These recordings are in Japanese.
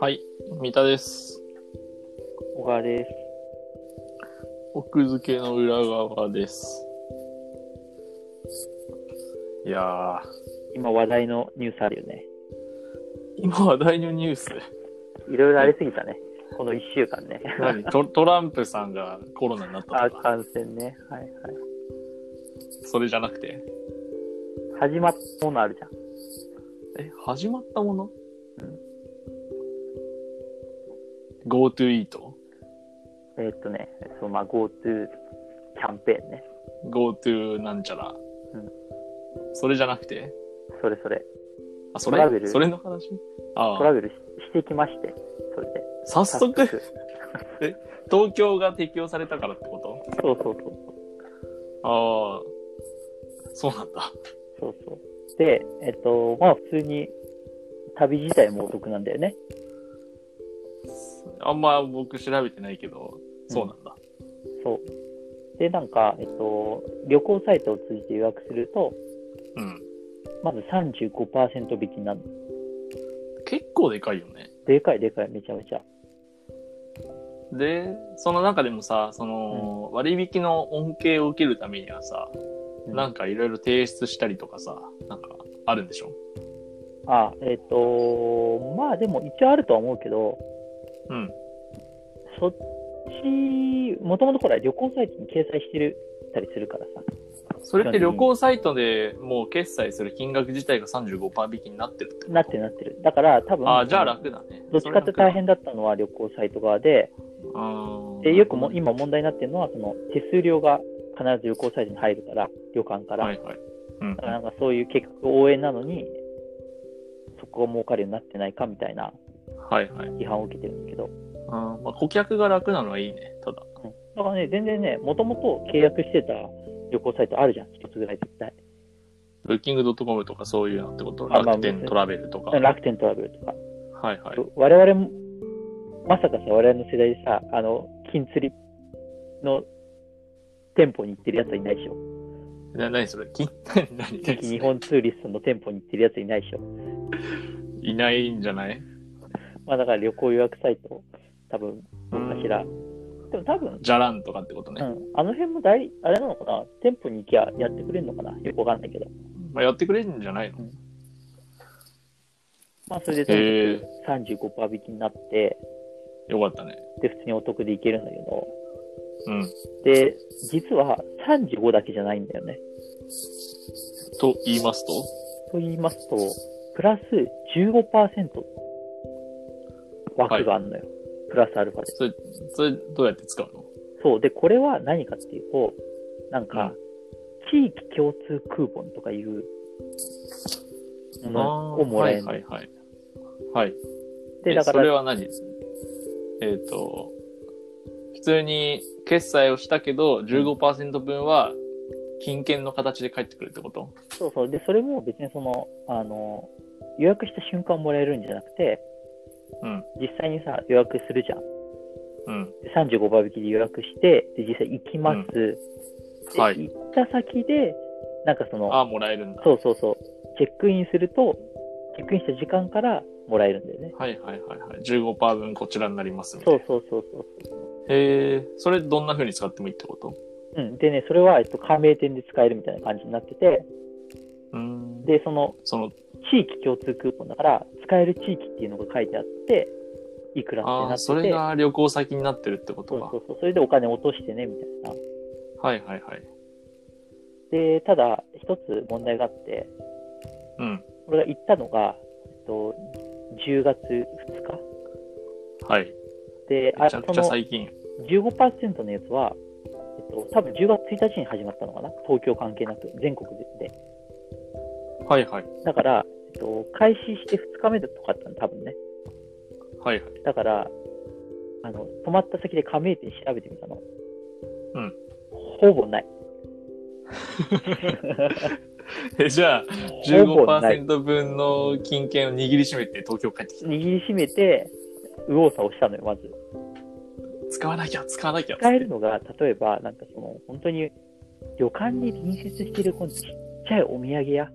はい、三田です。小川です。奥付けの裏側です。いやー、今話題のニュースあるよね。今話題のニュー ス。いろいろありすぎたね。この1週間ね。何トトランプさんがコロナになったあ、とか、感染ね。はいはそれじゃなくて。い。始まったものあるじゃん。え、始まったものうん ?GoTo えーっとね、そのまあ GoTo キャンペーンね。 Eat?GoTo なんちゃら。うんそれじゃなくてそれそれ。あ、そトラベれルそれの話あトラベルししてきまして。それで。早速早速東京が適用されたからってことそうそうそう。ああ、そうなんだ。そうそう。で、えっと、まあ普通に旅自体もお得なんだよね。あんま僕調べてないけど、そうなんだ。そう。で、なんか、えっと、旅行サイトを通じて予約すると、うん。まず35%引きになるの。結構でかいよね。でかいでかい、めちゃめちゃ。で、その中でもさ、その、割引の恩恵を受けるためにはさ、うんなんかいろいろ提出したりとかさ、なんかあるんでしょあ、えっ、と、まあでも一応あるとは思うけど、うん。そっち、もともとほら旅行サイトに掲載してるたりするからさ、それって旅行サイトでもう決済する金額自体が35%引きになってるってことなってるなってる。だから多分、ああ、じゃあ楽だね。どっちかって大変だったのは旅行サイト側で、それは楽だ。でよくも今今問題になってるのは、その手数料が必ず旅行サイトに入るから、旅館から。はいはい。うんだからなんかそういう結局応援なのに、そこが儲かるようになってないかみたいなはいはい。批判を受けてるんだけど、あーまあ、顧客が楽なのはいいね、ただ。うんだからね、全然ね、もともと契約してた旅行サイトあるじゃん、一つぐらい絶対。ブッキングドットコムとかそういうのってことあまあ楽天トラベルとか。はい楽天トラベルとか。はい。我々も、まさかさ、我々の世代でさ、あの、金釣りの店舗に行ってるやつはいないでしょ。な、何それ金何 何近畿日本ツーリストの店舗に行ってるやついないでしょ。いないんじゃないまあだから旅行予約サイト、多分、どうかしら。でも多分、じゃらんとかってことうね。ん、あの辺も代理、あれなのかな店舗に行きゃやってくれるのかなよくわかんないけど。まあ、やってくれるんじゃないのまあそれでとへにかく35%引きになって、よかったね。で、普通にお得で行けるんだけど、うん。で、実は35だけじゃないんだよね。と言いますとと言いますと、プラス15%枠があるのよ。プラスアルファで。それ、それどうやって使うのそう。で、これは何かっていうと、なんうか、地域共通クーポンとかいうものをもらえるの。はいはいはい。はい。で、えだかそれら、は何えっ、と、普通に決済をしたけど、15%分は金券の形で返ってくるってことそうそう。で、それも別にその、あの、予約した瞬間もらえるんじゃなくて、うん。実際にさ、予約するじゃん。うん。で35倍引きで予約して、で、実際行きます。ではい。行った先で、なんかその、ああ、もらえるんだ。そうそうそう。チェックインすると、チェックインした時間からもらえるんだよね。はいはいはいはい。15%分こちらになりますみたいそな。うそうそうそう。へえ、それどんな風に使ってもいいってことうん。でね、それは、えっと、加盟店で使えるみたいな感じになってて、うーん。で、その、その、地域共通クーポンだから、使える地域っていうのが書いてあって、いくらってあなあ、ってて、それが旅行先になってるってこそとうかそ。うそう、それでお金落としてね、みたいな。はいはいはい。で、ただ、一つ問題があって、うん。俺が行ったのが、えっと、10月2日はい。で、めちゃくちゃその最近。 15%のやつは、えっと、多分10月1日に始まったのかな、東京関係なく、全国で。はいはい。だから、えっと、開始して2日目だとかだったの、多分ね。はいはい。だから、あの泊まった先で加盟店調べてみたの。うん。ほぼない。え、じゃあ、ほぼない。 15%分の金券を握りしめて東京帰ってきた。握りしめて、右往左往したのよ、まず。使わなきゃ、使わなきゃ。使えるのが、例えば、なんかその、本当に、旅館に隣接しているこのちっちゃいお土産屋。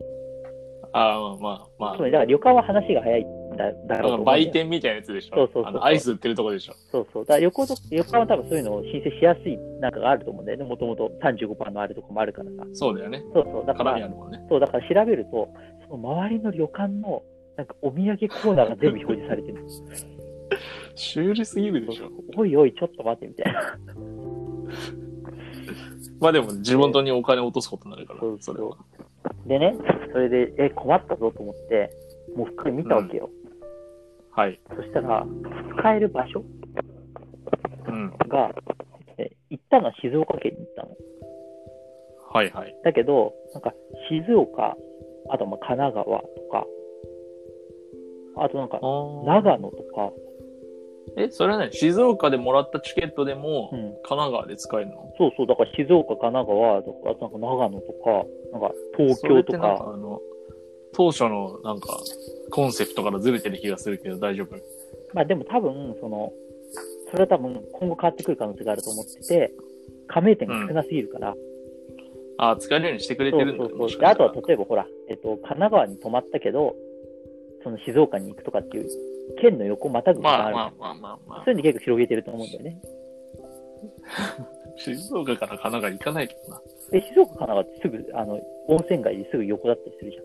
ああ、まあまあつまり、だから旅館は話が早いんだだまあ。ろうなんかと思うんだよ売店みたいなやつでしょ。そうそうそうあのアイス売ってるとこでしょ。そうそう。だから旅行と、旅館は多分そういうのを申請しやすいなんかがあると思うんだよね。もともと35%のあるとこもあるからさ。そうだよね。そうそう。だか絡みあら、るもんね。そう、だから調べると、その周りの旅館の、なんかお土産コーナーが全部表示されてる。シュールすぎるでしょ。おいおい、ちょっと待って、みたいな。まあでも、地元にお金落とすことになるからそう、そそうれは。でね、それで、え、困ったぞと思って、もう服見たわけよ。はい。そしたら、使える場所うん。が、え行ったのは静岡県に行ったの。はいはい。だけど、なんか静岡、あとまあ神奈川とか、あとなんかあー長野とか、え、それはね、静岡でもらったチケットでも、うん神奈川で使えるのそうそう、だから静岡、神奈川とか、あとなんか長野とか、なんか東そ京とれってなんか、かあの、当初のなんか、コンセプトからずれてる気がするけど大丈夫。まあでも多分、その、それは多分今後変わってくる可能性があると思ってて、加盟店が少なすぎるから、ああ、使えるようにしてくれてそうるんだそねうもそしう。かで、しあたとらは例えばほら、えっと、神奈川に泊まったけど、その静岡に行くとかっていう、県の横またぐことまがあある。まあまあまあまあそ。ういうの結構広げてると思うんだよね。静岡から神奈川行かないけどな。で、静岡、神奈川ってすぐ、あの、温泉街ですぐ横だったりするじゃん。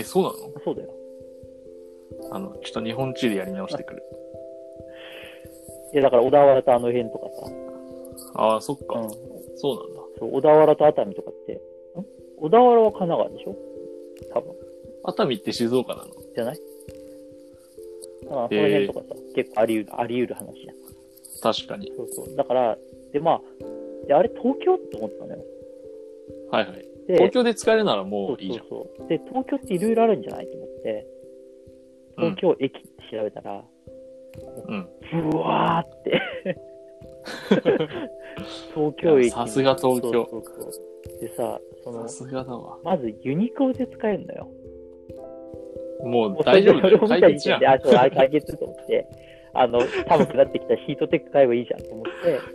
え、そうなあそうだよ。のあの、ちょっと日本地理やり直してくる。いや、だから小田原とあの辺とかさ、ああ、そっか、うん。そうなんだ。そう、小田原と熱海とかって、ん小田原は神奈川でしょ多分。熱海って静岡なのじゃないだから、そえのー辺とかさ、結構あり得る、あり得る話じゃん。確かに。そうそう。だから、で、まあ、で、あれ東京って思ったのよ。はいはい。で、東京で使えるならそもうういいじゃん。そうそう。で、東京っていろいろあるんじゃないと思って、東京駅って調べたら、うん。ブワ ーって。東京い駅やさに。すが東京そうそうそうでさ、そのさ、すがだわ。まずユニクロで使えるのよ。ももうう大丈夫だよ。それ解を決見た時じゃ点んで、。あ、そう、あれ解決と思って、あの、寒くなってきたらヒートテック買えばいいじゃんと思って、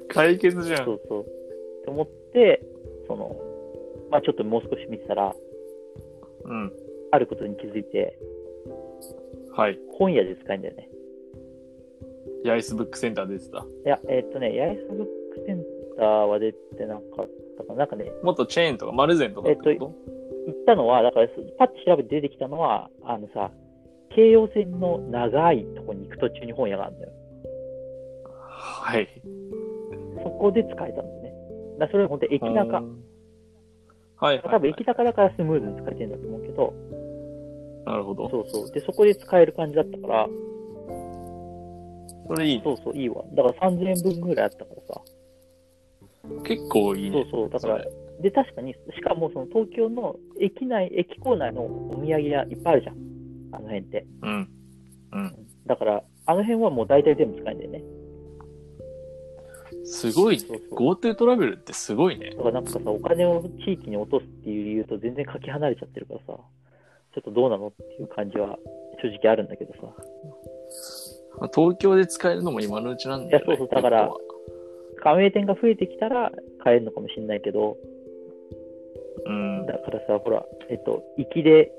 解決じゃそん。うそう。と思って、その、まあちょっともう少し見てたら、うん。あることに気づいて、はい。本屋で使えるんだよね。ヤイスブックセンター出てた。いや、えーっとね、八重洲ブックセンターは出てなかったかな。なんかね、もっとチェーンとか丸善とかってこと、えっ行ったのは、だから、パッと調べて出てきたのは、あのさ、京葉線の長いとこに行く途中に本屋があるんだよ。はい。そこで使えたんだよね。だからそれは本当に駅中。うんはいはい、はい。多分駅中だからスムーズに使えてるんだと思うけど、なるほど。そうそう。で、そこで使える感じだったから、それいいね。そうそう、いいわ。だから3000円分ぐらいあったからさ。結構いいそうね。そう。だかそられ、で、確かに、しかもその東京の駅内、駅構内のお土産屋いっぱいあるじゃん。あの辺って。うん。うん。だから、あの辺はもう大体全部使えるんだよね。すごいね。そうそう。 GoTo トラベルってすごいね。だからなんかさ、お金を地域に落とすっていう理由と全然かけ離れちゃってるからさ、ちょっとどうなのっていう感じは正直あるんだけどさ。東京で使えるのも今のうちなんだよ、ね。いやそうそうだから本加盟店が増えてきたら買えるのかもしれないけど、当はうん。だからさ、ほら、えっと、行きで、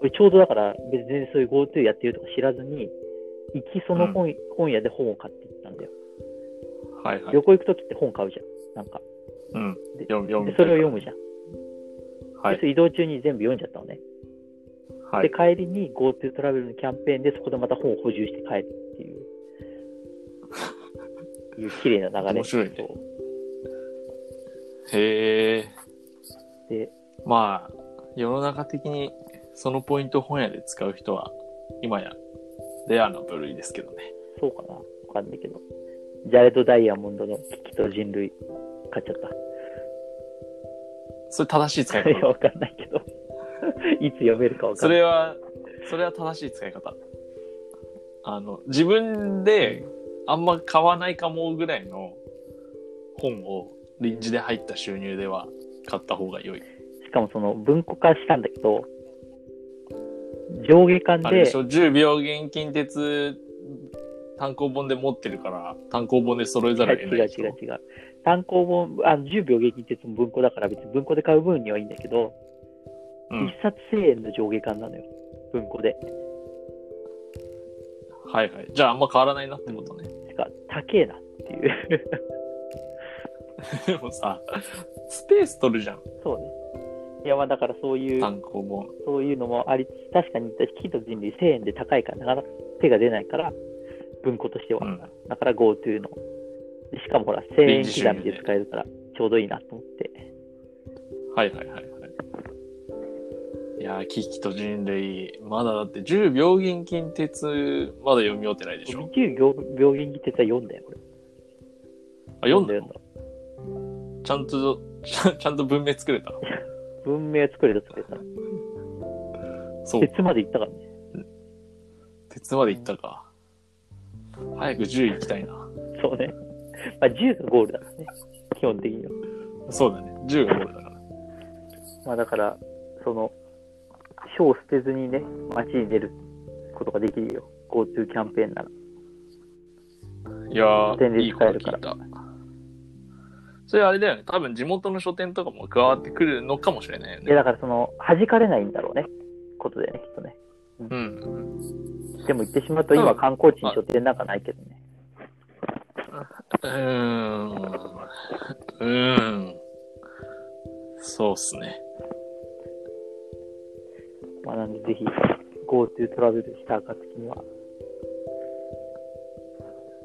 俺ちょうどだから別にそういう GoTo やってるとか知らずに、行きその本,、本屋で本を買って行ったんだよ。はいはい旅。行行くときって本買うじゃん。なんか。うん。で読む、読むで、。それを読むじゃん。はでいそ。れ移動中に全部読んじゃったのね。はで、い。帰りに GoTo トラベルのキャンペーンでそこでまた本を補充して帰るってい う。いう綺麗な流れ。面白いねそうへえ。で、まあ、世の中的にそのポイントを本屋で使う人は、今やレアな部類ですけどね。そうかなわかんないけど。ジャレド・ダイヤモンドの危機と人類買っちゃった。それ正しい使いいや、方。わかんないけど。 いつ読めるかわかそんない。れは、それは正しい使い方。あの、自分であんま買わないかもぐらいの本を臨時で入った収入では買った方が良い。しかもその文庫化したんだけど、上下巻あれででし、ょ ?10 秒現金鉄単行本で持ってるから、単行本で揃えざるを得違うな違いうでしょ。違う違う。単行本、あの10秒劇っていつも文庫だから別に文庫で買う分にはいいんだけど、う一ん。冊1000円の上下巻なのよ。文庫で。はいはい。じゃああんま変わらないなってことね。てか、高えなっていう。 でもさ、スペース取るじゃん、そうね。いや、まあだからそういう、単行本。そういうのもありつつ、確かに私、聞いた人類1000円で高いから、なかなか手が出ないから、文庫としては。うんだから GoTo の。でしかもほら、1000円臨時収入刻みで使えるから、ちょうどいいなと思って。はいはいはいはい。いやー、危機と人類、まだだって10秒銀金鉄、まだ読み終わってないでしょ。 19秒元気っては読んだよ、これ。あ、読んだ読んよ。だよ。ちゃんと、ちゃんちゃんと文明作れた。文明作れた作れた。 そう。鉄まで行ったからね。鉄まで行ったか。早く10行きたいな。そうね。まあ、10がゴールだからね。基本的には。そうだね。10がゴールだから。まあ、だから、その、書を捨てずにね、街に出ることができるよ。GoTo キャンペーンなら。いや全ー、然いいこと使え聞いるかた。それあれだよね。多分地元の書店とかも加わってくるのかもしれないよで、ね。だからその、弾かれないんだろうね。ことでね、きっとね。うん。でも言ってしまうと、う今ん観光地に書店なんかないけどね。うーん。うーん。そうっすね。まあ、なんでぜひ、GoTo トラベルした暁には、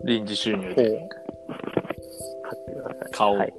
臨時収入本でを買ってください。顔をはい。